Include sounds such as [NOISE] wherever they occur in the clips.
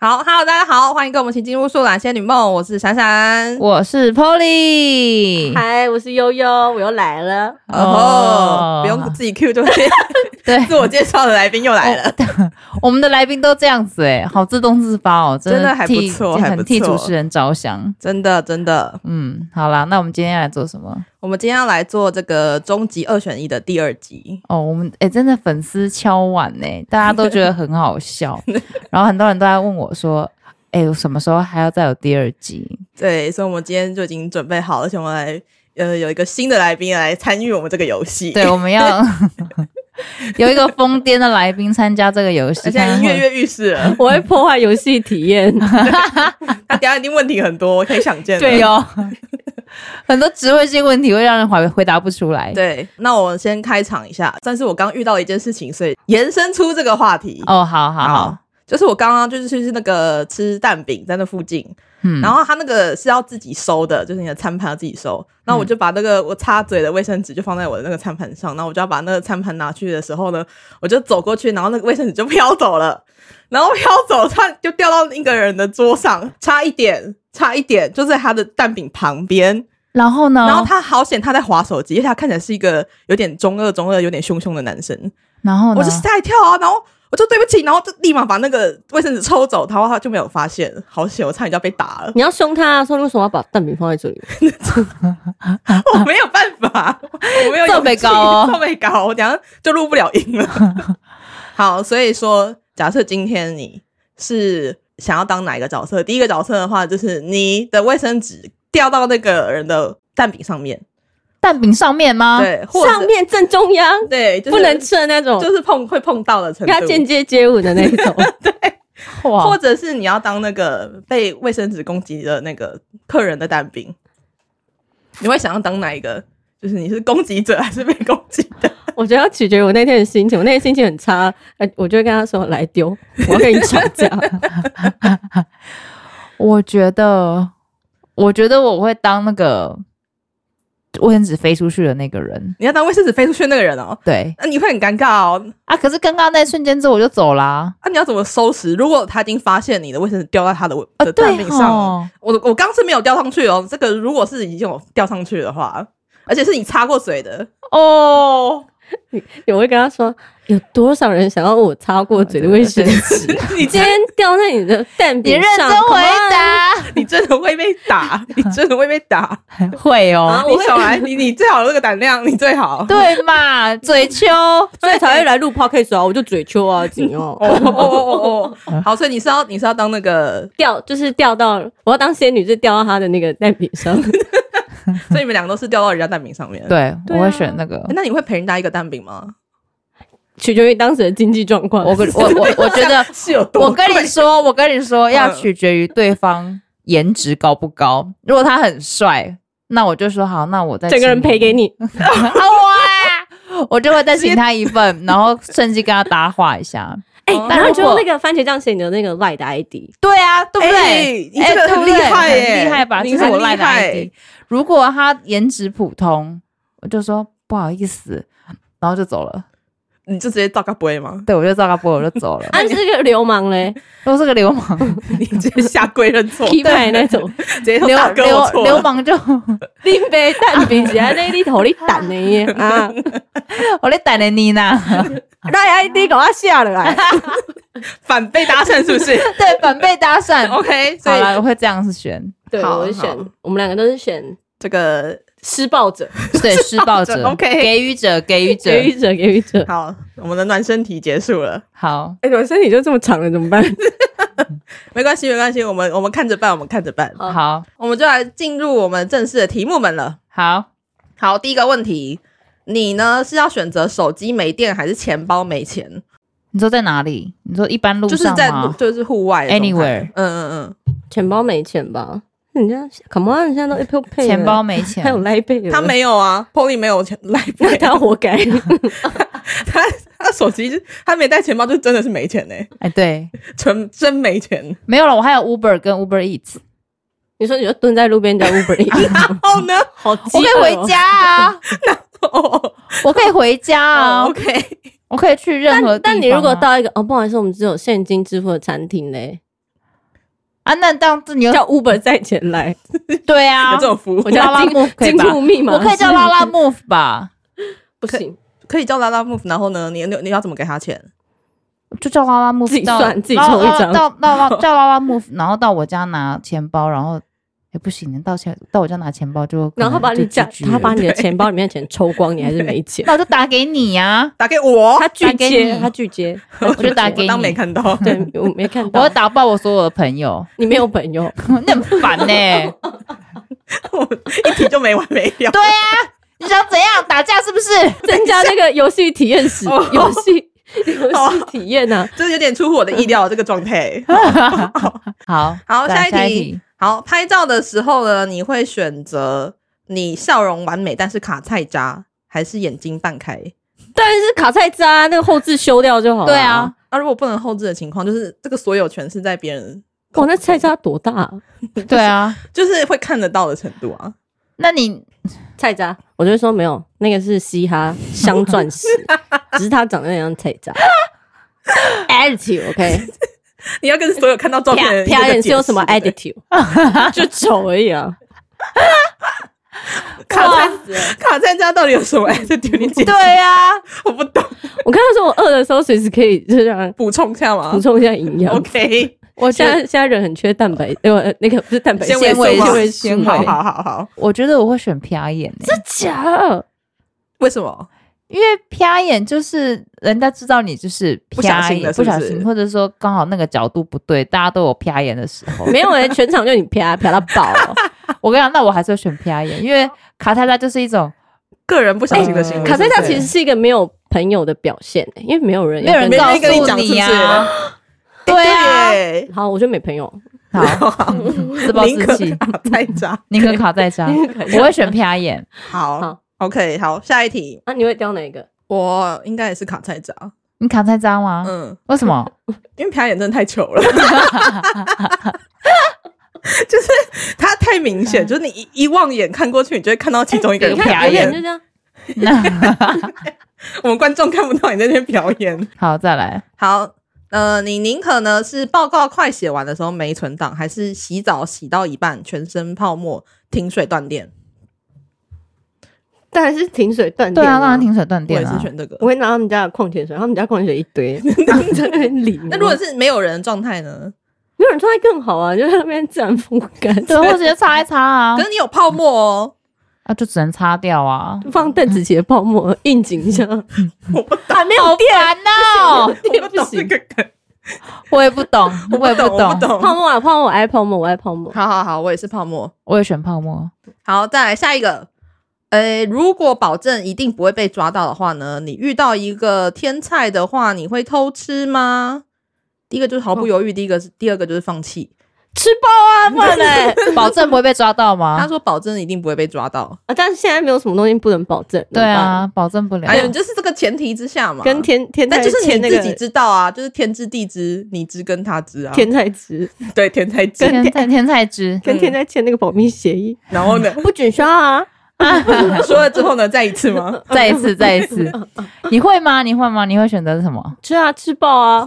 好，Hello，大家好，欢迎跟我们一起进入《树懒仙女梦》，我是闪闪。我是 Polly，嗨，我是悠悠，我又来了。哦，不用自己 Q 就可以，对，自我介绍的来宾又来 [LAUGHS] 哦了。我们的来宾都这样子哎，好自动自发哦，真的的还不替错真的还不很替错主持人着想。真的，真的，嗯，好啦，那我们今天要来做什么？我们今天要来做这个终极二选一的第二集。哦，我们哎、真的粉丝敲碗呢、大家都觉得很 [LAUGHS] 好笑，然后很多人都在问我说，哎、我什么时候还要再有第二 [LAUGHS] 集？对，所以我们今天就已经准备好了，而且我们来呃有一个新的来宾来参与我们这个游戏。对，我们要 [LAUGHS] 有一个疯癫的来宾参加这个游戏，而且已看经看 [LAUGHS] 跃跃欲试 [LAUGHS] 了，我会破坏游戏体验，他等一下一定问题很多，我可以想见了。对哦， [LAUGHS] 很多职位性问题会让人回回答不出来。对，那我先开场一下，算是我刚遇到一件事情，所以延伸出这个话题。哦，好好好，，就是我刚刚就是去那个吃蛋饼，在那附近，嗯，然后他那个是要自己收的，就是你的餐盘要自己收。那嗯我就把那个我擦嘴的卫生纸就放在我的那个餐盘上，然后我就要把那个餐盘拿去的时候呢，我就走过去，然后那个卫生纸就飘走了， [LAUGHS] 然后飘走，它就掉到那个人的桌上，差一点，差一点就在他的蛋饼旁边。然后呢？然后他好险，他在划手机，而且他看起来是一个有点中二、中二、有点凶凶的男生，然后哦呢我就吓一跳啊，然后。我就对不起，然后就立马把那个卫生纸抽走，然后他就没有发现，好险！我差点就要被打了，你要凶他，说你为什么要把蛋饼放在这里？我没有办 [LAUGHS] 法，我没有勇气啊这么高哦 [LAUGHS] 这么高，我等一下就录不了音了。 [LAUGHS] 好，所以说，假设今天你是想要当哪一个角色？第一个角色的话，就是你的卫生纸掉到那个人的蛋饼上面，蛋饼啊上面吗？，对，或者上面正中央，对，就是不能吃的那种，就是碰会碰到的程跟他间度，接接吻的那 [LAUGHS] 一种。哇或，者是你要当那个被卫生纸攻击的那个客人的蛋饼，你会想要当哪一个？就是你是攻击者还是被攻击的？我觉得要取决于我那天的心情，我那天心情很差，呃我就会跟他说来丢，我要跟你吵 [LAUGHS] 架。我觉得，我觉得我会当那个卫生纸飞出去的那个人。你要当卫生纸飞出去的那个人哦，对那你会很尴尬哦。啊，可是刚刚那瞬间之后我就走啦。啊，你要怎么收拾？如果他已经发现你的卫生纸掉在他的啊，的蛋对饼上，了，哦，我我刚是没有掉上去哦。这个如果是已经有掉上去的话，而且是你擦过水的，哦，我会跟他说，有多少人想要我擦过嘴的哦卫 [LAUGHS] 生纸？你今真天掉在你的蛋你饼认上，真 come 回 on 答，你真的会被打，你真的会被打。 [LAUGHS] 会 [LAUGHS] 哦，啊你少来， [LAUGHS] 你你最好有那个胆量，你最好。对嘛，嘴丘，所以才会来录 podcast 啊，我就嘴丘啊，怎样？ [LAUGHS] 哦哦哦哦哦，好，所以你是要你是要当那个，掉就是掉到，我要当仙女，就掉到他的那个蛋饼上。所以你们两个都是掉到人家蛋饼上面。 [LAUGHS] 对，我对啊会选那个诶，。那你会陪人家一个蛋饼吗？，取决于当时的经济状况。我跟我我我觉得 [LAUGHS] 是有多我跟贵你说，我跟你说，要嗯取决于对方颜值高不高。如果他很帅，那我就说好，那我再 [LAUGHS] 整个人请赔你给你， [LAUGHS] 哇！我就会再请他一份，然后趁机跟他搭话一下。哎、哦然后如就用果那个番茄酱写你的那个 l i 的 ID，对啊，对不哎对？你这个哎对不很厉对害耶很厉害吧？你这是很我厉赖的害 ID。如果他颜值普通，我就说不好意思，然后就走了。 [LAUGHS] 你就直接照个杯吗？ [LAUGHS] 对，我就照他播，我就走了。啊，是个流氓嘞，都是个流氓， [LAUGHS] 你直接下跪认错，批判那种，直接说流大哥我流错流了。氓就 [LAUGHS] 拎杯蛋饼写在那里头，你蛋的 [LAUGHS] 耶啊我咧等着你呢。 [LAUGHS] [LAUGHS] 赖 ID 给我下了来，反被搭讪是不 [LAUGHS] 是对，反被搭讪。 [LAUGHS] ？OK，所好以了，我会这样子选。对，好我就好选，我们两个都是选这个施暴者， [LAUGHS] 对，施暴者 OK 给予者，给予者给，予者，给予者。好，我们的暖身题结束了，好。哎、我身体就这么长了，怎么办？没关系，没关系，我们我们看着办，我们看着办，好好我们就来进入我们正式的题目们了。好，好，第一个问题，你呢是要选择手机没电还是钱包没钱？你说在哪里？你说一般路就是上在吗路就是户外的状态 Anywhere 嗯嗯钱包没钱吧？人家 come on，现在都 Apple Pay，了钱包没钱还，有赖贝，嗯，他，没有啊，Polly 没有钱来 [LAUGHS] 那啊他活 [LAUGHS] 该。 [LAUGHS] 他他手机是他没带钱包，就真的是没钱呢、哎，对，纯真没钱。没有了，我还有 Uber 跟 Uber Eats，你说你就蹲在路边叫 Uber，Eats [LAUGHS] 然后呢？好我饥可饿哦，以回家啊，哦、 [LAUGHS] 我可以回家啊， o k 我可以去任何地方啊但你如果到一个哦，不好意思，我们只有现金支付的餐厅嘞，啊，那这样子 [LAUGHS] 你又叫 Uber 载钱来，对啊，有这种服务我叫叫拉拉金 move 可以金吧库密码，我可以叫拉拉 move 吧，不行，可以叫拉拉 move，然后呢，你你你要怎么给他钱？就叫拉拉 move 自己到算自己拉抽一拉张到到拉 [LAUGHS] 叫拉拉 move，然后到我家拿钱包，然后哎不行，到钱到我家拿钱包就然后他把你讲讲，，他把你的钱包里面的钱抽光，你还是没 [LAUGHS] 钱。那我就打给你啊呀，打给我，他拒打给接，你他拒 [LAUGHS] 接，我就打给我当没你，看到。对我没看我到会，打爆我所有的朋友， [LAUGHS] 你没有朋友，你很 [LAUGHS] 烦呢。我一提就没完没了。对啊，你想怎样打架是不是？增加那个游戏体验室，哦 [LAUGHS] 游戏游戏体验啊，这有点出乎我的意料，这个状态。好，好来下一下题题，好，拍照的时候呢，你会选择你笑容完美但是卡菜渣，还是眼睛半开？当然是卡菜渣，那个后置修掉就好了。对啊，，那、如果不能后置的情况，就是这个所有权是在别人，哇，哦那菜渣多大啊？ [LAUGHS] 对啊，就是会看得到的程度啊。那你菜渣，我就会说没有，那个是嘻哈镶钻石，只是它长得很像菜渣。attitude，OK，、你要跟所有看到照片的人漂一个漂亮是解释有什么对不对 attitude？就 [LAUGHS] 丑而已 [LAUGHS] 啊，卡哇菜卡菜渣到底有什么 attitude？你解释，对 [LAUGHS] 啊，我不懂，我跟他说我饿的时候随时可以就这样补充一下吗补充一下营养。 ？OK，我现在现在人很缺蛋白，呃，那个不是蛋白，纤维纤维素吗纤维素纤维好好好好，我觉得我会选瞟眼、欸，假。为什么？因为瞟眼就是人家知道你就是不小瞟心眼，的不小是不是心，或者说刚好那个角度不对，大家都有瞟眼的时候。没有 [LAUGHS] 人全场就你啪啪到爆、 [LAUGHS] 我跟你讲，那我还是会选瞟眼，因为卡泰拉就是一种个人不小心的行为、呃卡塞是塔不是其实是一个没有朋友的表现、欸，因为没有人没有人没要告人跟你诉讲是不是啊， [LAUGHS] 对啊，对跟好，我就没朋友。 [LAUGHS] [LAUGHS] 好，自暴宁可自弃，卡菜 [LAUGHS] 渣。宁可卡在家，我会选瞟眼，好好 o k 好，下一题，啊，你会挑哪一个？我应该也是卡菜渣。你卡在家吗？嗯，为什么？因为瞟眼真的太糗了， [LAUGHS] 就是它太明显，就是你一一望眼看过去，你就会看到其中一个人嗯你哎看瞟表演眼就。这样，我们观众看不到你在那边表演。好，再来，好，呃，你宁可呢是报告快写完的时候没存档，还是洗澡洗到一半全身泡沫停水断电？当然是停水断对电、啊，让它。停水断我电也是啊，选这个我。会拿他们家的矿泉水，他们家矿泉水一 [LAUGHS] 堆，在那边淋。那如果是没有人的状态呢？没有人穿更好啊，就在那边自然风干，对，或者直接擦一擦啊可，是你有泡沫哦，啊，就只能擦掉啊，放邓紫棋的泡沫应景一下。 [LAUGHS] 我不啊，没有烦哦，我 [LAUGHS] 不懂不这行，个梗，我也不懂，我 [LAUGHS] 也我不懂，泡懂。沫啊，泡沫，我爱泡沫，我爱泡沫。好好好，我也是泡沫。我也选泡沫，好，再来下一个。呃，如果保证一定不会被抓到的话呢，你遇到一个天菜的话，你会偷吃吗？第一个就是毫不犹豫，第一个是第二个就是放弃。吃爆啊，不然嘞 [LAUGHS] 保证不会被抓到他吗？说保证一定不会被抓到，啊！但是现在没有什么东西不能保证。对啊，保证不了哎，呦，就是这个前提之下嘛。怎么办，跟，天天但就才是签你那个自己知道啊，就是天知地知，你知跟他知啊。天才值，对天才知，天菜天 [LAUGHS] 菜汁，跟天才签那个保密协议，，然后呢不准刷啊！说了之后呢，再一次 [LAUGHS] 吗？再一次，再一 [LAUGHS] 次，你会吗？你会吗？你会选择什么？吃啊，吃爆啊！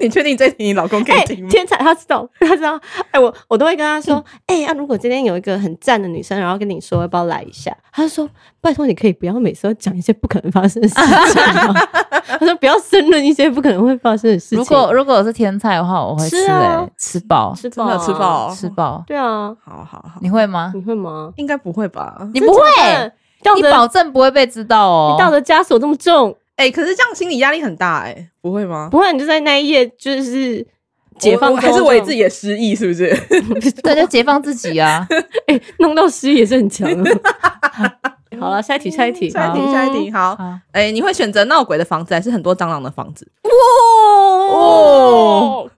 你确定这题你老公可以哎、听吗？天才他知道， [LAUGHS] 他知道。哎、我我都会跟他说，哎、啊，如果今天有一个很赞的女生，然后跟你说要不要来一下，他就说，拜托你可以不要每次都讲一些不可能发生的事情吗， [LAUGHS] 他说不要争论一些不可能会发生的事情。如果如果我是天菜的话，我会吃吃啊欸吃饱，吃真爆、的吃饱，吃饱，对啊，好好好，你会吗？你会吗？应该不会吧？你不会，真的假的你道保证不会被知道哦德。 [LAUGHS] 道德枷锁这么重，哎、可是这样心理压力很大哎、不会吗？不会你就在那一页就是解放我我还是中我也就自己也失忆，是不是？对，就解放自己啊！哎，弄到失忆也是很强 [LAUGHS] 的。好了，下一题，下一题， [LAUGHS] 下一好题，下一题，好。啊，哎、你会选择闹鬼的房子，还是很多蟑螂的房子？哦，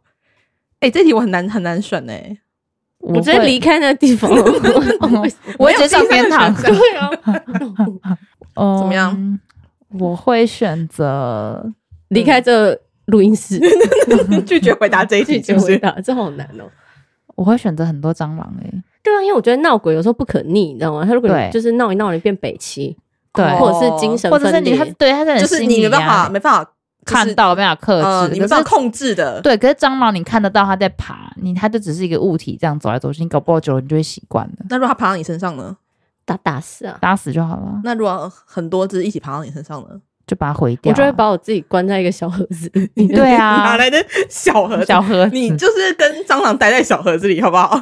哎、这题我很难很难选哎、 [LAUGHS] 我我直接会离，开那地 [LAUGHS] 方。哦我会直接上天堂。对啊，怎怎么样？嗯我会选择 [LAUGHS] 离开这录音 [LAUGHS] 室，拒绝回答这一拒题，是绝不回是？答，这好难哦。我会选择很多蟑螂欸诶、对啊，因为我觉得闹鬼有时候不可逆，你知道吗？他如果对就是闹一闹，你变北齐，对哦或者是精神或者是分你裂他，对他在就的是心你理没办压法力没办法就是啊看到没有克呃，制，你没可办是法控制的。对，可是蟑螂你看得到它在爬，你它就只是一个物体这样走来走去，你搞不好久了你就会习惯了，那如果它爬到你身上呢？打打死啊！打死就好了，那如果很多只一起爬到你身上呢？就把它毁掉我啊。就会把我自己关在一个小盒 [LAUGHS] 子里面。 [LAUGHS] 对啊 [LAUGHS] 哪，来的小盒子？ [LAUGHS] 小盒子，你就是跟蟑螂待在小盒子里，好不好？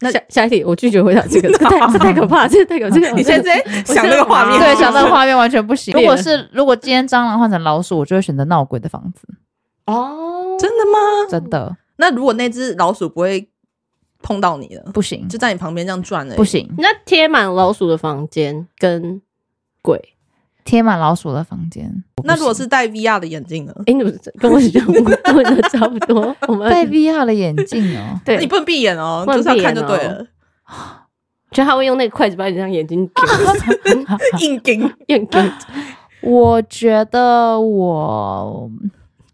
那下下一题，我拒绝回答 [LAUGHS] 这个，这太这太可怕，这太可怕。这个 [LAUGHS] 你现在在想那个画面， [LAUGHS] 对，是不想是到画面完全不行。如变果了是如果今天蟑螂换成老鼠，我就会选择闹鬼的房子，哦，真的吗？真的那如果那只老鼠不会碰到你呢？不行，就在你旁边这样转呢？不，行，那贴满老鼠的房间跟鬼，贴满老鼠的房间。那如果是戴 VR 的眼镜呢？哎，你们跟 [LAUGHS] 我想问的差不多。我们，戴 VR 的眼镜哦那你对，不能闭眼哦，不能就是要看就闭眼哦对了。就他会用那个筷子把你这样眼睛丢，硬盯，眼睛我觉得我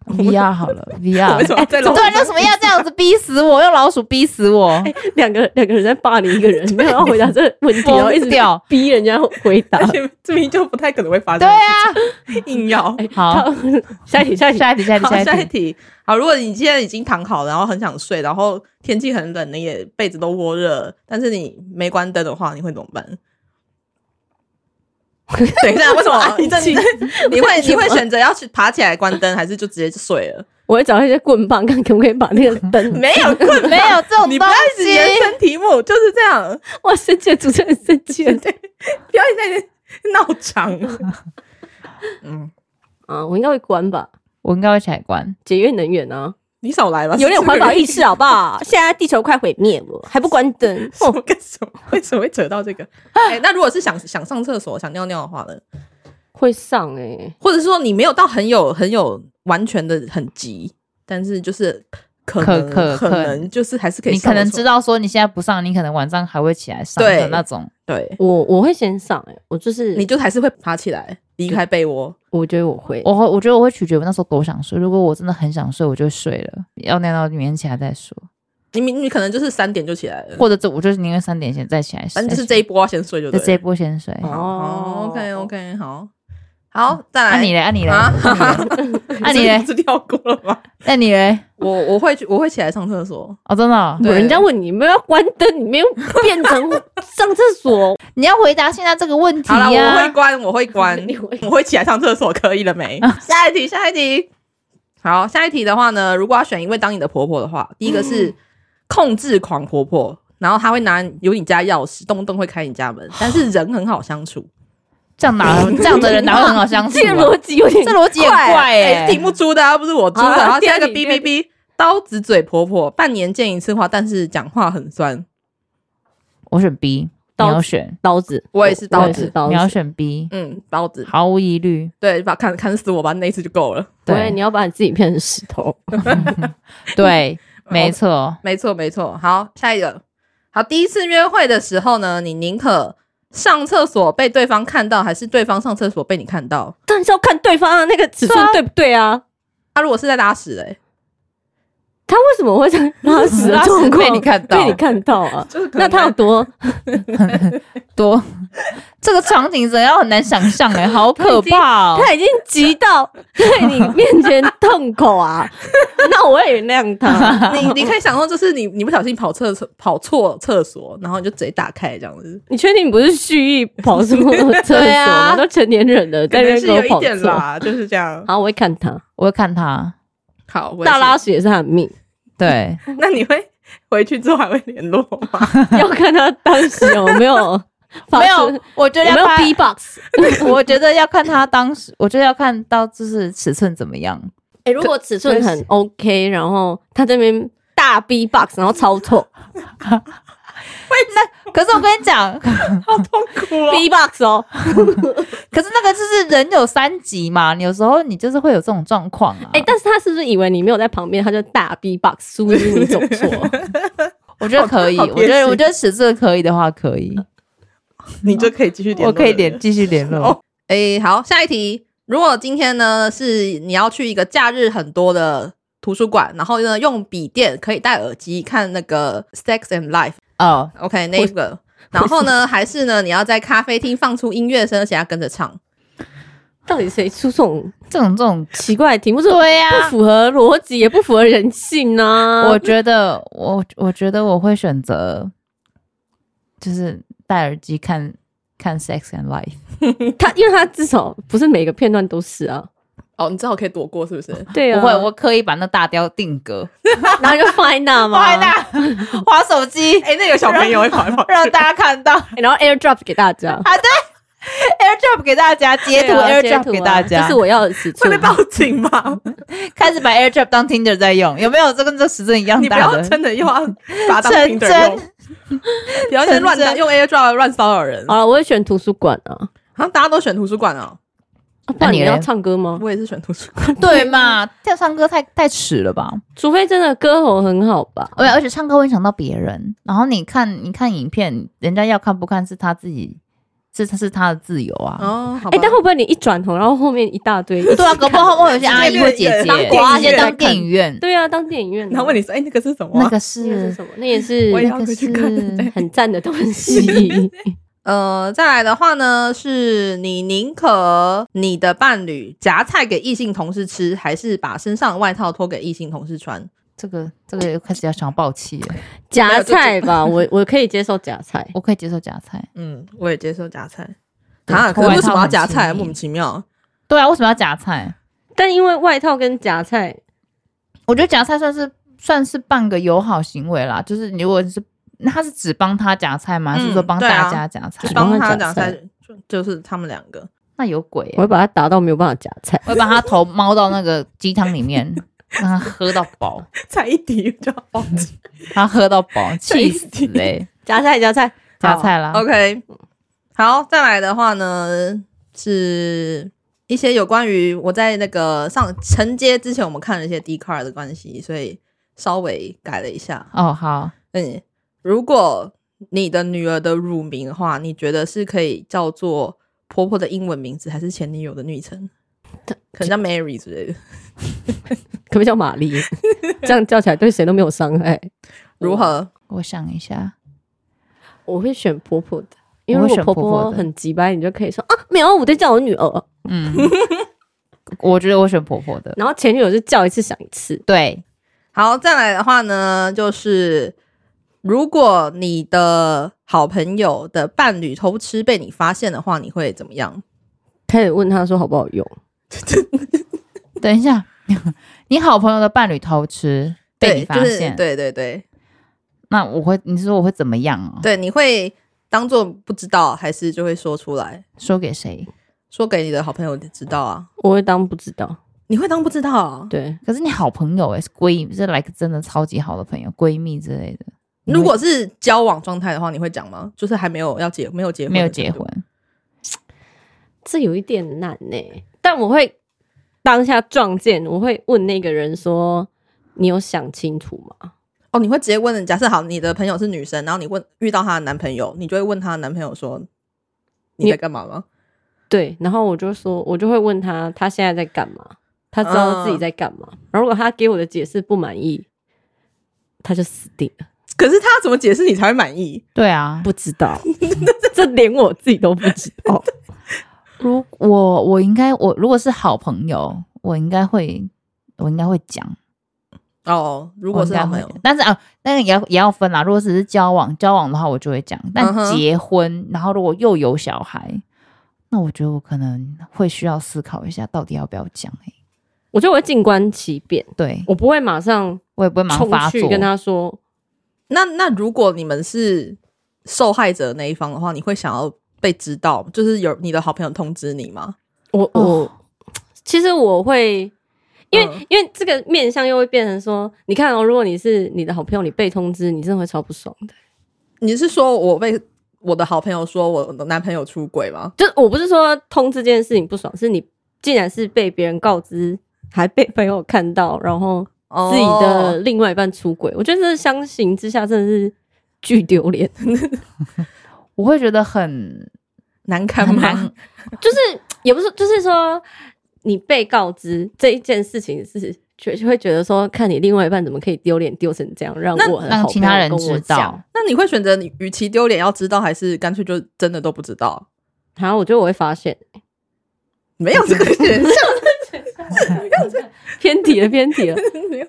VR 好了 [LAUGHS] 为，VR 什。么在老对，为什么要这样子逼死我？用老鼠逼死我，两个 [LAUGHS] 两个人在霸凌一个人，没有要回答这个 [LAUGHS] 问题，然后一直疯掉！逼人家回 [LAUGHS] 答。而且这明明就不太可能会发对生，啊，硬要。好，下一题，下一题，下一题，下一题，好，下下一一题。题。好，如果你现在已经躺好了，然后很想睡，然后天气很冷，你也被子都窝热了，但是你没关灯的话，你会怎么办？等一下，为什 [LAUGHS] 么你这你 [LAUGHS] 你会你会选择要去爬起来关灯，还是就直接睡了？我会找一些棍棒，看可不可以把那个灯。 [LAUGHS] 没有困，没有这种你不东要一直西，延伸题目，就是这样，哇，生气了，主持人生气了。不要一直在那边闹场。嗯， [LAUGHS] 啊，我应该会关吧，我应该会起来关。节约能源啊，你少来吧，有点环保意 [LAUGHS] 识啊。好不 [LAUGHS] 好？现在地球快毁灭了，还不关灯， [LAUGHS] 什么跟什么？为什么会扯到这个？哎、那如果是想想上厕所、想尿尿的话呢？会上哎。或者说你没有到很有很有完全的很急，但是就是可能可可能就是还是可以你可上得能出，知道说你现在不上，你可能晚上还会起来上对的那种。对，我我会先上哎、我就是你就还是会爬起来离开被窝。我觉得我会，我会，我觉得我会取决于我那时候多想睡。如果我真的很想睡，我就睡了，要尿到明天起来再说，你你你可能就是三点就起来了，或者这我就是宁愿三点前再起来。反正就是再这一波要先睡就就对这一了。波先睡。好哦 OK OK，好，嗯好，再那来你嘞？那你嘞？啊 [LAUGHS] 那你 [LAUGHS] 嘞？是跳过了吗？那哎你嘞？我我会去我会起来上厕所，哦，真的哦，对人家问你有没有要关灯，你没有变 [LAUGHS] 成上厕所，你要回答现在这个问题 [LAUGHS] 好了，我呀会。关，我会关你会， [LAUGHS] 我会起来上厕所，可以了没？啊下一题，下一题。好，下一题的话呢，如果要选一位当你的婆婆的话，第一个嗯是控制狂婆婆，然后她会拿有你家钥匙，动不动会开你家门，但 [LAUGHS] 是人很好相处。 [LAUGHS] 这样哪这样的人哪会很好相处 [LAUGHS] 这个啊？逻辑有点这逻辑很怪哎，哎，题目出的、啊，不是我出的。好然后第下二一个题 B 第二 B 题 B，刀子嘴婆婆，半年见一次话，但是讲话很酸。我选 B，你刀子要选刀子，我也是刀我也子是刀你子要。选 B，嗯，刀子，毫无疑虑。对，把砍砍死我吧，那一次就够了。对，对你要把你自己变成石头。对，没错。没错，没错。好，下一个。好，第一次约会的时候呢，你宁可上厕所被对方看到，还是对方上厕所被你看到？但是要看对方啊，那个尺寸是啊对不对啊？他、如果是在拉屎嘞、他为什么会在 [LAUGHS] 拉屎的拉屎状况被哦你看到被你看到啊？就是可那能他有多多 [LAUGHS] 这个场景真的要很难想象哎、好可怕哦、他已经急到 [LAUGHS] 在你面前痛口 [LAUGHS] 啊！那我也原谅 [LAUGHS] 他。你你可以想象，就是你你不小心跑厕所跑错厕所，然后你就直接打开这样子，你确定你不是蓄意跑错厕所对吗？啊都成年人了，可在那能边是给我有一跑点错。啦，就是这样。好，我会看他。我会看他，好，我也是大拉，屎也是他的命， [LAUGHS] 对， [LAUGHS] 那你会回去之后还会联络吗？ [LAUGHS] 要看他当时有没有发没出有，我觉得要有没有看 B box。我觉得要看他当时，我觉得要看到就是尺寸怎么样。哎、如果尺寸可很 OK，然后他这边大 B box，然后超 [LAUGHS] 错可是我跟你讲， [LAUGHS] 好痛苦哦！ B box 哦，可是那个就是人有三级嘛，你有时候你就是会有这种状况啊。哎、但是他是不是以为你没有在旁边，他就大 B box，殊不知你走错。 [LAUGHS] 我觉得可以，好好我贴觉心得我觉得尺寸可以的话可以，你就可以继续联络我了，可以联继续联哦络。诶，好，下一题。如果今天呢是你要去一个假日很多的图书馆，然后呢用笔电可以戴耳机看那个《Sex and Life 哦，》 ，OK 那个，然后呢还是呢你要在咖啡厅放出音乐声，而且要跟着唱，到底谁出这种这种这种，奇怪的题目？这对 [LAUGHS] 呀、不符合逻辑，也不符合人性啊 [LAUGHS] 呢、我觉得我我觉得我会选择，就是戴耳机看看《Sex and Life》。他，因为他至少不是每个片段都是啊。哦，你正好可以躲过，是不是？对啊，不会，我刻意把那大雕定格，然后就 [LAUGHS] 放在那嘛，放在那划手 [LAUGHS] 机，哎、那个 [LAUGHS] 小朋友会跑来跑去，让大家看到。 [LAUGHS] 然后 AirDrop 给大家， AirDrop 给大家截图对啊，AirDrop 给大这家是，我要的尺会寸被。报警吗？开始把 AirDrop 当 Tinder 在用，有没有？这跟这时针一样你不大要的。真的又要把它当成 Tinder 用， [LAUGHS] 不要再乱成真用 AirDrop 乱骚扰人。好了，我也选图书馆啊。好像大家都选图书馆哦，啊不然你你嘞要唱歌吗？我也是选图书 [LAUGHS] 馆。对嘛？跳唱歌太太迟了吧？除非真的歌喉很好吧？而且而且唱歌会影响到别人。然后你看，你看影片，人家要看不看是他自己，是是他的自由啊。哦，好吧哎、但会不会你一转头，然后后面一大堆？ [LAUGHS] 对啊，搞不好会有一些阿姨或姐姐，当电影院直接当电影院，对啊，当电影院啊、然后问你说，哎、那个是什么啊、那个那个是是什么？那也 [LAUGHS] 是我也要那个回去看 [LAUGHS] 是很赞的东 [LAUGHS] 西。呃，再来的话呢，是你宁可你的伴侣夹菜给异性同事吃，还是把身上的外套脱给异性同事穿？这个这个又开始要想要爆气了。没夹有就菜吧，我我可以接受夹菜。我可以接受夹菜。嗯，我也接受夹菜。对啊，可脱是外为什套么要很夹亲菜啊？密莫名其妙。对啊，为什么要夹菜？但因为外套跟夹菜，我觉得夹菜算是算是半个友好行为啦，就是你如果是那他是只帮他夹菜吗？还是嗯说帮对啊大家夹菜就？帮帮他他夹夹菜，就就是他们两个。那有鬼欸、我会把它打到没有办法夹菜。我会把他头猫到那个鸡汤里 [LAUGHS] 面，让他喝到饱， [LAUGHS] 才一滴就要忘记。他喝到饱，气死嘞、夹菜夹菜，夹菜啦，哦 OK，好，再来的话呢，是一些有关于我在那个上承接之前，我们看了一些 D card 的关系，所以稍微改了一下。哦好，嗯，如果你的女儿的乳名的话，你觉得是可以叫做婆婆的英文名字，还是前女友的昵称？可能叫 Mary 之类的。可不可以叫玛丽？这样叫起来对谁都没有伤害。如何？我想一下，我会选婆婆的，呃因为我如会果选婆婆婆婆的很急掰，你就可以说啊，没有，我在叫我女儿。 [LAUGHS] 嗯，我觉得我选婆婆的，然后前女友就叫一次响一次。对，好，再来的话呢，就是如果你的好朋友的伴侣偷吃被你发现的话，你会怎么样？开始问他说好不好用，等一下， [LAUGHS] 你好朋友的伴侣偷吃被你对，发就是现，对对对那我会，你是说我会怎么样哦？对，你会当做不知道，还是就会说出来，说给谁？说给你的好朋友知道啊？我会当不知道。你会当不知道、啊？对，可是你好朋友哎、是闺蜜，是来个真的超级好的朋友，闺蜜之类的。你会如果是交往状态的话，你会讲吗？就是还没有要结，没有结婚，没有结婚，，这有一点难呢、但我会当下撞见，我会问那个人说：“你有想清楚吗哦，你会直接问，假设好，你的朋友是女生，然后你问遇到她的男朋友，你就会问她的男朋友说你你在干嘛吗？？”对，然后我就说，我就会问他，他现在在干嘛？他知道自己在干嘛？然后如果他给我的解释不满意，他就死定了。可是他怎么解释你才会满意？对啊。不知道， [LAUGHS] 这连我自己都不知道。如我我应该我如果是好朋友，我应该会我应该会讲。哦，如果是好朋友我应该会，但是啊，那个也要也要分啦。如果只是交往，交往的话我就会讲，但嗯哼结婚然后如果又有小孩，那我觉得我可能会需要思考一下，到底要不要讲、欸。我觉得我会静观其变，对我不会马上我也不会马上冲发去作。跟他说。那那如果你们是受害者那一方的话，你会想要被知道，就是有你的好朋友通知你吗？我我、其实我会，因为、嗯因为这个面相又会变成说，你看哦，如果你是你的好朋友，你被通知，你真的会超不爽的。你是说我被我的好朋友说我的男朋友出轨吗？就我不是说通知这件事情不爽，是你竟然是被别人告知，还被朋友看到，然后自己哦的另外一半出轨，我觉得这相形之下真的是巨丢脸。我会觉得很难堪很吗？难，就是也不是，就是说你被告知这一件事情是。就就会觉得说，看你另外一半怎么可以丢脸丢成这样，让那我的让好其朋他友人跟我知讲道。 [LAUGHS] 那你会选择你与其丢脸要知道，还是干脆就真的都不知道？然后我觉得我会发现，没有这个选项，偏题了，偏题了。没有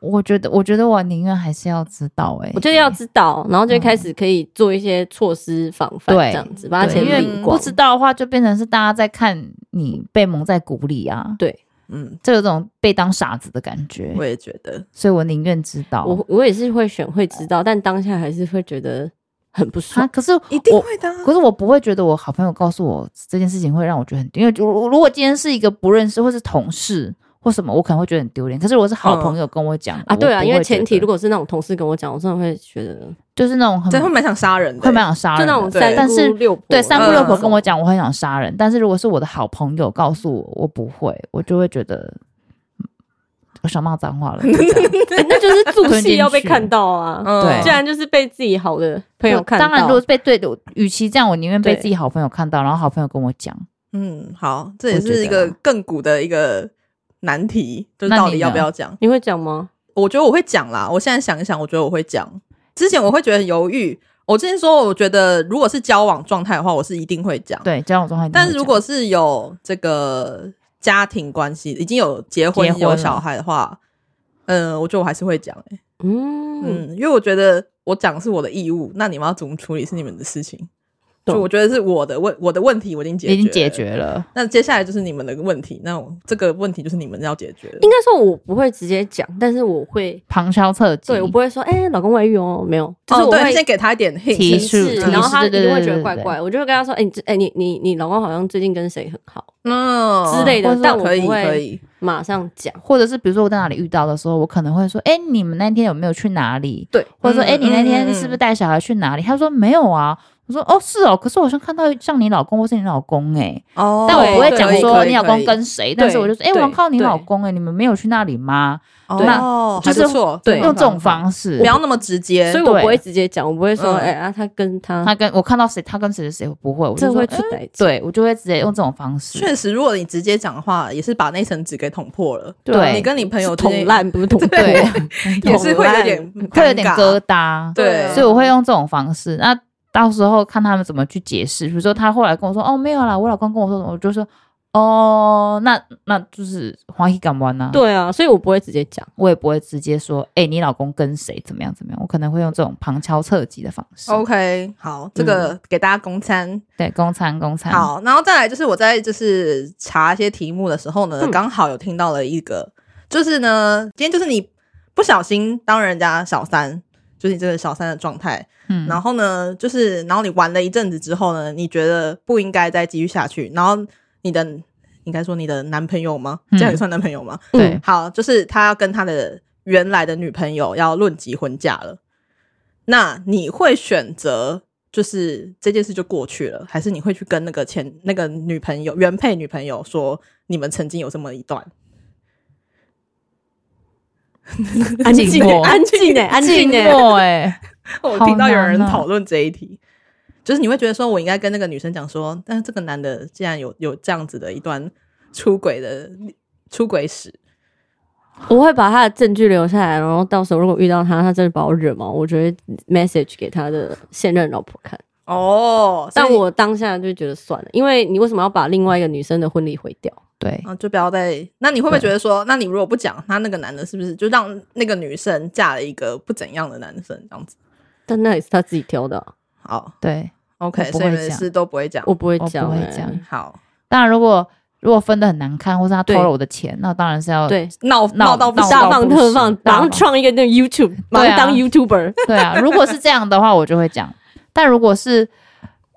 我觉得，我觉得我宁愿还是要知道、欸，哎，我就要知道，然后就开始可以做一些措施防嗯范，对这样子把它对前因为理光。不知道的话，就变成是大家在看你被蒙在鼓里啊，对嗯，这有种被当傻子的感觉我，也觉得，所以我宁愿知道。我我也是会选会知道，但当下还是会觉得很不啊，爽。可是一定我会的啊、可是我不会觉得我好朋友告诉我这件事情会让我觉得很丢，因为如如果今天是一个不认识或是同事或什么，我可能会觉得很丢脸。可是我是好朋友跟我讲、啊，对啊，我不会因为前提觉得如果是那种同事跟我讲，我真的会觉得就是那种很真的会蛮想杀人的、会蛮想杀就人的，那种对三但是姑六婆对三姑六婆嗯跟我讲我很想杀人，但是如果是我的好朋友告诉我我不会，我就会觉得嗯我想骂脏话 [LAUGHS] 了，就这样欸 [LAUGHS] 那就是助吞进戏去要被看到啊。嗯对既然就是被自己好的朋友看到，当然，如果被对的，与其这样，我宁愿被对自己好朋友看到，然后好朋友跟我讲，嗯，好，这也我觉是一得个啊亘古的一个难题，就是那到你底要不呢要讲？你会讲吗？我觉得我会讲啦。我现在想一想，我觉得我会讲。之前我会觉得很犹豫。我之前说，我觉得如果是交往状态的话，我是一定会讲。。对，这样我状态一定会但讲。是如果是有这个家庭关系，已经有结婚结婚有了小孩的话，呃，我觉得我还是会讲、欸。嗯，嗯，因为我觉得我讲是我的义务，那你们要怎么处理是你们的事情。就懂我觉得是我的问，我的问题我已经解决，已经解。决了，那接下来就是你们的问题，那我这个问题就是你们要解决的。应该说我不会直接讲，但是我会，旁敲侧击，对我不会说，哎，老公外遇哦，没有，就是哦，我对，会先给他一点 hint，提提示示，提然后示他一对对定会对觉得对怪对怪。我就会跟他说，哎，你这哎你你你老公好像最近跟谁很好嗯之类或的是，但我可以不可会以，马上讲。或者是比如说我在哪里遇到的时候，我可能会说，哎、你们那天有没有去哪里？对，或者说，嗯哎、你那嗯嗯天嗯是不是带小孩去哪里？他说没有啊。我说哦，是哦，可是我好像看到像你老公或是你老公哎、哦但我不会可以讲可以说可以你老公跟谁，但是我就说，哎、我对好像看到你对老公哎、你们没有去那里吗？哦，就是还不错，对用这种式，方式不，要那么直接，所以我对不会直接讲，我不会说，嗯哎、啊，他跟他，他跟我看到谁，他跟谁谁谁，我不会，我就这说会出嗯歹子。对我就会直接用这种方式，确实，如果你直接讲的话，也是把那层纸给捅破了。对你跟你朋友是之间捅烂不是捅破对，也是会有点会有点啊尴尬疙瘩，对，所以我会用这种方式。那到时候看他们怎么去解释，比如说他后来跟我说：“哦，没有啦，我老公跟我说什么。”我就说：“哦，那那就是欢喜港湾呐。”，对啊，所以我不会直接讲。我也不会直接说：“哎、你老公跟谁怎么样怎么样。”我可能会用这种旁敲侧击的方式。 OK，好，这个给大家供餐。对，公餐公餐。，好，然后再来就是我在就是查一些题目的时候呢，嗯刚好有听到了一个，就是呢，今天就是你不小心当人家小三，就是你这个小三的状态，嗯，然后呢，就是然后你玩了一阵子之后呢，你觉得不应该再继续下去，然后你的应该说你的男朋友吗？这样也算男朋友吗？对，好，就是他要跟他的原来的女朋友要论及婚嫁了，那你会选择就是这件事就过去了，还是你会去跟那个前那个女朋友原配女朋友说你们曾经有这么一段？ [LAUGHS] [LAUGHS] 安静欸默安静哎，安静静哎，默哎，我好听到有难人哦讨论这一题，就是你会觉得说我应该跟那个女生讲说，但是这个男的竟然有有这样子的一段出轨的出轨史，我会把他的证据留下来，然后到时候如果遇到他，他真的把我惹毛，我就会 message 给他的现任老婆看。哦，但但我我当下就觉得算了，因为你为什么要把另外一个女生的婚礼毁掉？ [LAUGHS] 对，啊，就不要再。那你会不会对觉得说，那你如果不讲，那那个男的是不是就让那个女生嫁了一个不怎样的男生这样子？但那也是他自己挑的啊、好对。 ，OK，我不所以会你们讲是都不会讲。我不会我不讲、会欸，讲好，当然，如果如果分的很难看，或是他偷对了我的钱，那当然是要对，闹闹到不闹行。大到放不特行放，大马上放创一个那个 YouTube，马对上啊当 YouTuber。对啊，如果是这样的话，我就会讲。但如果是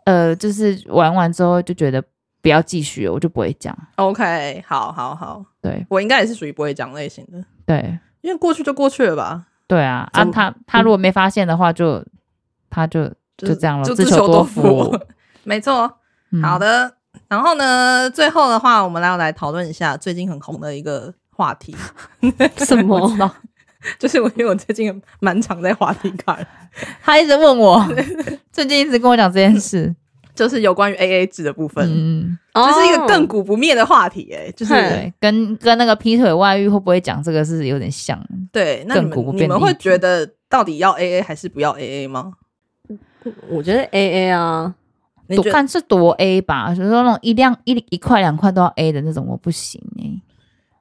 呃，就是玩完之后就觉得不要继续了，我就不会讲。 OK，好好好，对我应该也是属于不会讲类型的，对因为过去就过去了吧，对啊，啊怎么他他如果没发现的话就，他就就是就这样了，就自自求求多福福。。没错，嗯好，的，然后呢，最后的话，我们来来讨论一下最近很红的一个话题， [LAUGHS] [LAUGHS] 什 [LAUGHS] 我知么？就是我因为我最近蛮常在滑题卡的，他一直问我，最近一直跟我讲这件事。就是有关于 AA 制的部分，嗯，这是一个哦亘古不灭的话题、欸，哎，就是嗯对，跟跟那个劈腿外遇会不会讲这个是有点像。对，那你亘古不们变的你们会议题觉得到底要 AA 还是不要 AA 吗？我觉得 A A 啊，你多觉得看是多 A 吧，就是说那种一两一一块两块都要 A 的那种，我不行哎、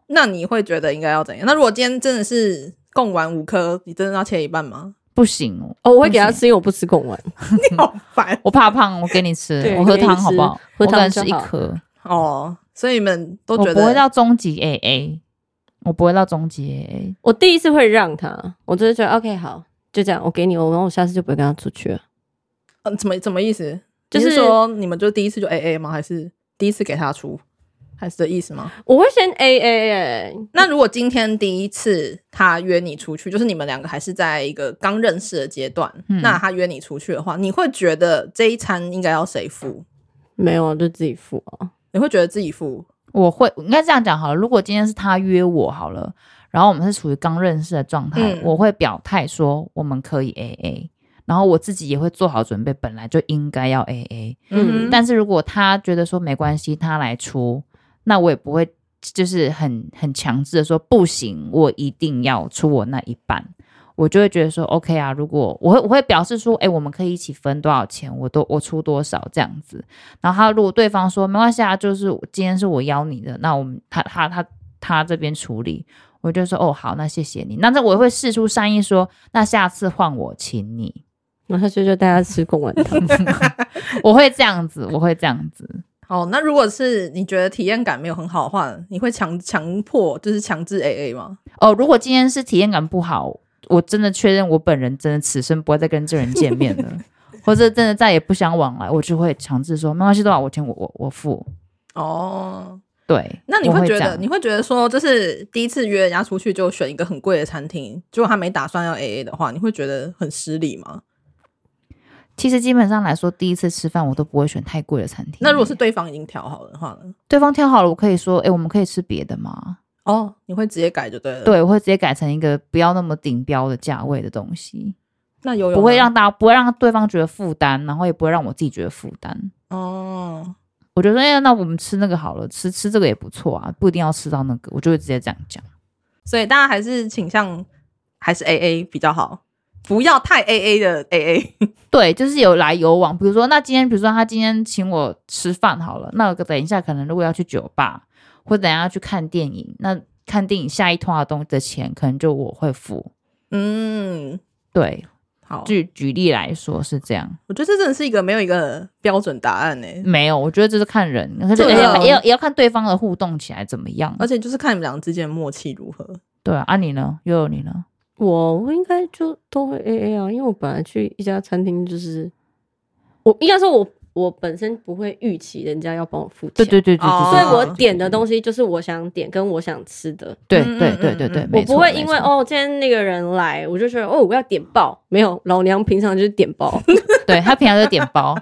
那你会觉得应该要怎样？那如果今天真的是贡丸五颗，你真的要切一半 [LAUGHS] 吗？不行哦，哦，我会给他吃，因为我不吃贡丸。你好烦我怕胖，我给你吃对，我喝给你汤好吃不好？喝我可汤能就是一好颗，哦，所以你们都我觉不会得到终极 AA，我不会到终极 AA。我第一次会让他，我就是觉得 OK 好，就这样，我给你，我然后我下次就不会跟他出去了。嗯，怎么怎么意思？就就是是说你们就第一次就 A A 吗？还是第一次给他出？还是这意思吗？我会先 A A 哎，那如果今天第一次他约你出去，就是你们两个还是在一个刚认识的阶段，嗯那他约你出去的话，你会觉得这一餐应该要谁付？没有啊，就自己付啊。你会觉得自己付？我会应该这样讲好了。如果今天是他约我好了，然后我们是处于刚认识的状态，嗯我会表态说我们可以 AA，然后我自己也会做好准备，本来就应该要 AA、嗯哼，但是如果他觉得说没关系，他来出，那我也不会就是很很强制的说不行，我一定要出我那一半。我就会觉得说，OK 啊，如果我会我会表示说，哎、我们可以一起分多少钱，我都我出多少这样子。然后他如果对方说没关系啊，就是今天是我邀你的，那我们他他他他这边处理，我就说哦好，那谢谢你。那这我会试出善意说，那下次换我请你，然后他就就带他吃贡丸汤， [LAUGHS] 我会这样子，我会这样子。哦，那如果是你觉得体验感没有很好的话，你会强强迫就是强制 A A 吗？哦，如果今天是体验感不好，我真的确认我本人真的此生不会再跟这人见面 [LAUGHS] 了，或者真的再也不相往来，我就会强制说没关系，多少我钱我我我付。哦，对，那你我会会觉这得样你会觉得说，就是第一次约人家出去就选一个很贵的餐厅，结果他没打算要 A A 的话，你会觉得很失礼嗯吗？其实基本上来说，第一次吃饭我都不会选太贵的餐厅。那如果是对方已经调好了的话呢？对方挑好了，我可以说，哎、我们可以吃别的吗？哦，你会直接改就对了。，对，我会直接改成一个不要那么顶标的价位的东西，那游泳呢不会让大家不会让对方觉得负担，然后也不会让我自己觉得负担。哦，我觉得，哎、那我们吃那个好了，吃吃这个也不错啊，不一定要吃到那个，我就会直接这样讲。所以大家还是倾向还是 A A 比较好，不要太 A A 的 A A。对，就是有来有往。比如说，那今天，比如说他今天请我吃饭好了，那我等一下可能如果要去酒吧，或等一下要去看电影，那看电影下一通的东的钱可能就我会付。嗯，对，好，举举例来说是这样。我觉得这真的是一个没有一个标准答案欸呢、没有，我觉得这是看人，可是对也啊要也要也要看对方的互动起来怎么样。而且就是看你们俩之间的默契如 [LAUGHS] 何。对啊，啊你呢？悠悠你呢？我我应该就都会 A A 啊，因为我本来去一家餐厅就是，我应该说我我本身不会预期人家要帮我付钱，对对对对哦对，所以我啊点的东西就是我想点跟我想吃的，对嗯对嗯对嗯对嗯对，我没错不会因为，没错哦今天那个人来，我就觉得哦我要点爆，没有老娘平常就是点 [LAUGHS] 爆，对他平常就点包，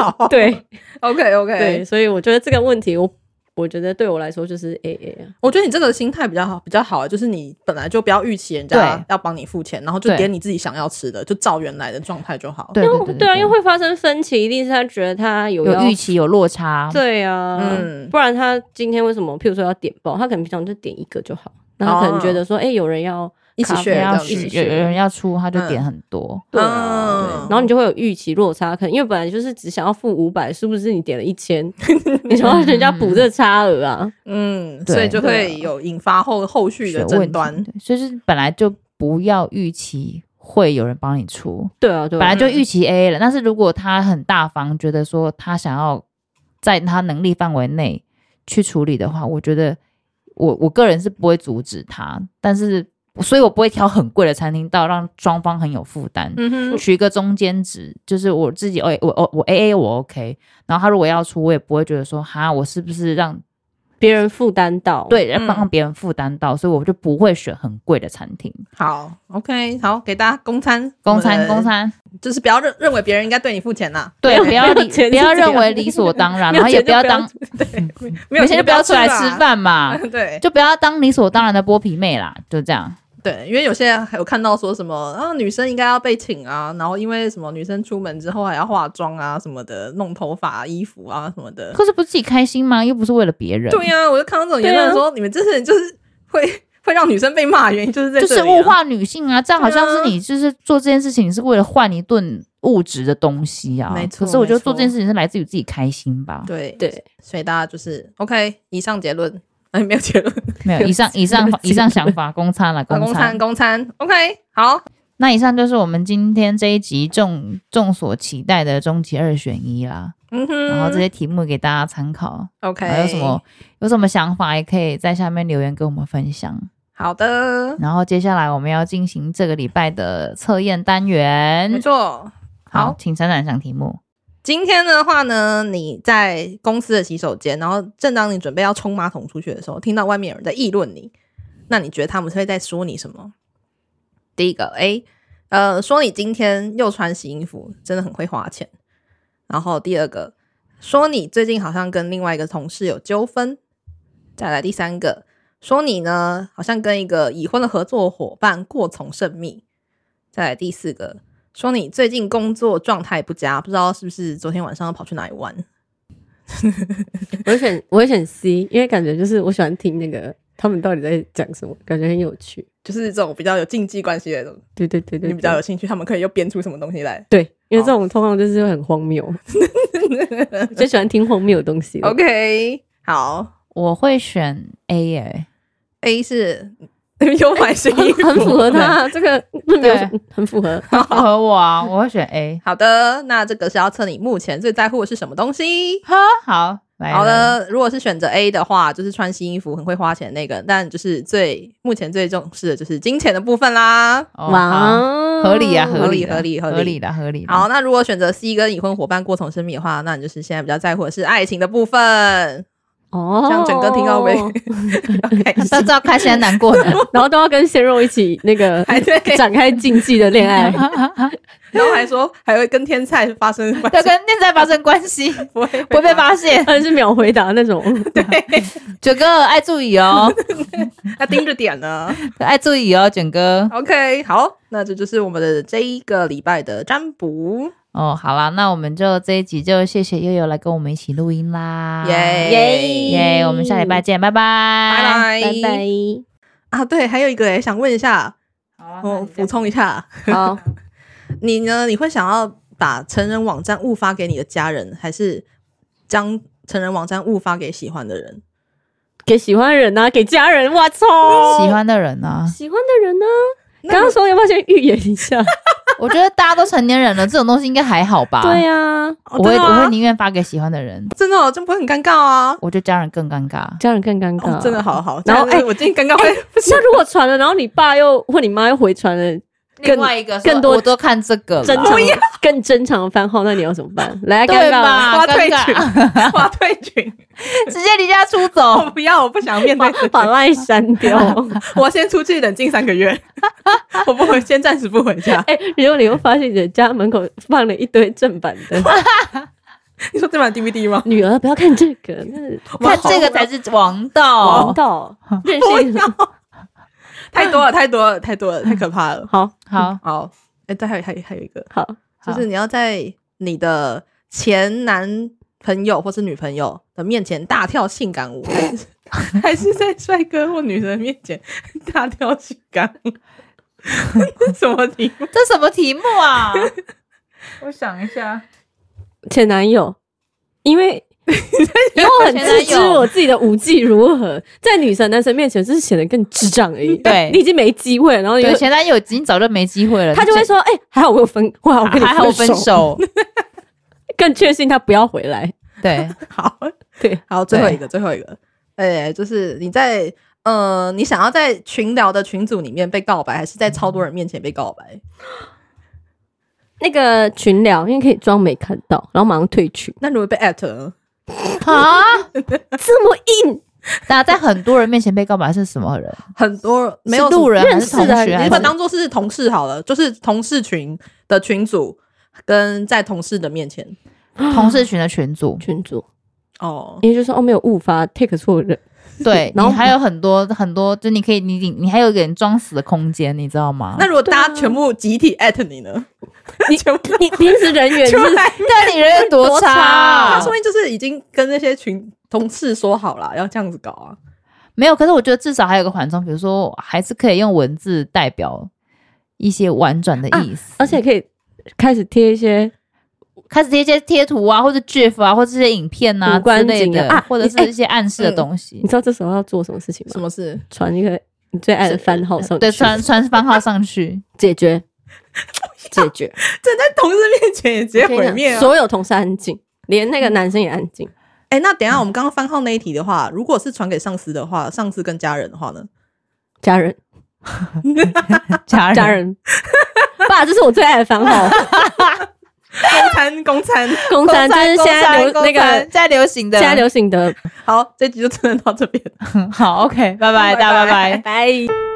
好对，OK [LAUGHS] 对， OK，所以我觉得这个问题我我觉得对我来说就是 A A 啊，我觉得你这个心态比较好，比较好，啊就是你本来就不要预期人家对要帮你付钱，然后就对点你自己想要吃的，就照原来的状态就好。对因对为对对啊，因为会发生分歧，一定是他觉得他有要有预期有落差，对啊，嗯不然他今天为什么，譬如说要点爆，他可能平常就点一个就好，那他可能觉哦得说，哎、有人要一起咖啡对 share 要这样有子一起有有 share 人要出，他就嗯点很多，对嗯啊，对，然后你就会有预期落差，可能因为本来就是只想要付五百，是不是你点了 [LAUGHS] 一千，你想要人家补这差额啊？嗯，对所以就对会有引发后后续的学争问题端。，对所以就是本来就不要预期会有人帮你出，对啊，对本啊来，就预期 A 了，但是如果他很大方，觉得说他想要在他能力范围内去处理的话，我觉得我我个人是不会阻止他，但是所以我不会挑很贵的餐厅到让双方很有负担。嗯哼，取一个中间值，就是我自己，哎我我哦我我 A A 我 OK，然后他如果要出，我也不会觉得说哈，我是不是让别人负担到，，对让嗯让别人负担到，所以我就不会选很贵的餐厅。好，OK，好，给大家公餐，公我餐们公，餐，就是不要认认为别人应该对你付钱啦，对，不要没有理钱不是要认这样为理所当然，没有然后也钱不就要不要当没有钱钱就就不要出来啦吃。饭嘛， [LAUGHS] 对就不要当理所当然的剥皮妹啦，就这样。对，因为有些人还有看到说什么啊，女生应该要被请啊，然后因为什么女生出门之后还要化妆啊什么的，弄头发啊、衣服啊什么的。可是不是自己开心吗？又不是为了别人。啊对呀、我就看到这种言对啊论说，你们这些人就是会会让女生被骂的原因就是在就这里、是啊，物化女性啊，这样好像对啊是你就是做这件事情是为了换一顿物质的东西啊。没错可是我觉得没错做这件事情是来自于自己开心吧。对对，对，所以大家就是 OK，以上结 [LAUGHS] 论，哎，没有结论，[LAUGHS] 没有以上以上以上想法，公餐了啊公公餐餐。公餐，OK，好，那以上就是我们今天这一集众众所期待的终极二选一嗯啦。哎哼，然后这些题目给大家参考， OK，还有什么有什么想法也可以在下面留言跟我们分享。好的，然后接下来我们要进行这个礼拜的测验单没元，错，好好，请闪闪想题目。今天的话呢，你在公司的洗手间，然后正当你准备要冲马桶出去的时候，听到外面有人在议论你，那你觉得他们是会在说你什么？第一个 A，呃，说你今天又穿新衣服，真的很会花钱。然后第二个，说你最近好像跟另外一个同事有纠纷。再来第三个，说你呢好像跟一个已婚的合作伙伴过从甚密。再来第四个，说你最近工作状态不佳，不知道是不是昨天晚上跑去哪里玩？我会选我会选 C，因为感觉就是我喜欢听那个他们到底在讲什么，感觉很有趣。就是这种比较有竞技关系的那种，对对对对，你比较有对兴趣，他们可以又编出什么东西来。对，因为这种通常就是会很荒 [LAUGHS] 谬，我就喜欢听荒谬的东西。 OK，好我会选 A 耶、 ，A 是 [LAUGHS] 又买新衣服， [LAUGHS] 很符合他这个，没有很 [LAUGHS] 符合。符合我啊，我会选 A。好的，那这个是要测你目前最在乎的是什么东西。呵，好，来好，来的，如果是选择 A 的话，就是穿新衣服很会花钱那个，但就是最目前最重视的就是金钱的部分嗯啦。哦好合理啊，合理的合理合理合理的，合理的。好，那如果选择 C 跟已婚伙伴过从甚密的话，那你就是现在比较在乎的是爱情的部分。哦，这样整个听到尾，开那心大家知道开心还难过 [LAUGHS] 的， [LAUGHS] 然后都要跟鲜肉一起那个还在展开禁忌的恋 [LAUGHS] 爱，然后还说还会跟天菜发生关要系，跟现在发生关 [LAUGHS] 系，不会不会 [LAUGHS] 被发现。而且是秒回答那种。卷哥爱注意哦，他盯 [LAUGHS] 着点呢。 [LAUGHS] 爱注意哦，卷哥。 OK，好，那这就是我们的这一个礼拜的占卜，哦，好啦，那我们就这一集就谢谢悠悠来跟我们一起录音啦，耶耶！我们下礼拜见，拜拜，拜拜拜。拜拜。啊！对，还有一个诶，想问一下，啊我补充一下，好，你呢？你会想要把成人网站误发给你的家人，还是将成人网站误发给喜欢的人？给喜欢的人啊呐，给家人，我操，？喜欢的人啊呢喜欢的人呢？那刚刚说要不要先预演一下？我觉得大家都成年人了，这种东西应该还好吧？对啊呀，哦我会真的我吗会宁愿发给喜欢的人，真的、哦，这不会很尴尬啊？我觉得家人更尴尬。家人更尴尬嗯哦，，真的。好好。然后这样哎我今天尴尬会不行那如果传了，然后你爸又或你妈又回传了更另外一个说更多我都看这个了，真长更真长的番号，那你要怎么 [LAUGHS] 办？来，尴对尬了，吧？我要退尴 [LAUGHS] 尬，我要退群，直接离家出走 [LAUGHS] 我。不要，我不想面对这把赖删掉。 [LAUGHS] 我先出去冷静三个 [LAUGHS] 月，我不回，先暂时不回家。哎，如果你会发现你的家门口放了一堆正版的， [LAUGHS] 你说这版 DVD 吗？女儿不要看这个，那是看这个才是王道王。道，任性。太多了，太多了，太多了，太可怕了。好 [LAUGHS] 好，好，哎、再还有还有还有一个，好，好就是你要在你的前男朋友或是女朋友的面前大跳性感舞，还是还是在帅哥或女人面前大跳性感舞？ [LAUGHS] 什么题 [LAUGHS] 目？这什么题目啊？ [LAUGHS] 我想一下，前男友，因为因为我很自哦知前男友我自己的舞技如何，在女神男神面前就是显得更智障而已。对你已经没机会了，然后 [LAUGHS] 你对，就前男友已经早就没机会了，他就会说：“哎、还好我有分， [LAUGHS] 还好我跟你还好分 [LAUGHS] 手，手。更确信他不要回来。对，好，对，好，最后一个，最后一个，哎、就是你在呃，你想要在群聊的群组里面被告白，还是在超多人面前被告白？那个群聊，因为可以装没看到，然后马上退群，那如果被艾特呢？啊，这么硬，那在很多人面前被告白是什么 [GASPS] 人？很多没有是路人还认是识同的学？人你还是把当做是同事好了，就是同事群的群组跟在同事的面前同事群的群 [LAUGHS] 组？群主，哦。因为就说哦没有误发，take 错人，对，然后你还有很多很多，就你可以，你你你还有一个人装死的空间，你知道吗？那如果大家全部集体啊艾特你呢？你全部都你平时人缘出是来，但你人有多多差差他？说明就是已经跟那些群同事说好了要这样子搞啊。没有，可是我觉得至少还有个缓冲，比如说还是可以用文字代表一些婉转的意思，啊而且可以开始贴一些开始贴一些贴图啊，或者 GIF 啊，或者这些影片啊无关之类紧的的，啊或者你哎是一些暗示的嗯东西你。知道这时候要做什么事情什吗？么事？传一个你最爱的番号上去，对，传传番号上 [LAUGHS] 去，解决解决，这在同事面前也直接毁灭啊！所有同事安静，连那个男生也安静。哎、那等一下我们刚刚番号那一题的话，如果是传给上司的话，上司跟家人的话呢？家人，家人家人，爸，这是我最爱的番号。公餐公餐，公公餐，餐这是现在流公那餐个现在流行的，嗯现在流行的。好，这集就真的到这边。好，OK，拜拜，大家拜拜。拜。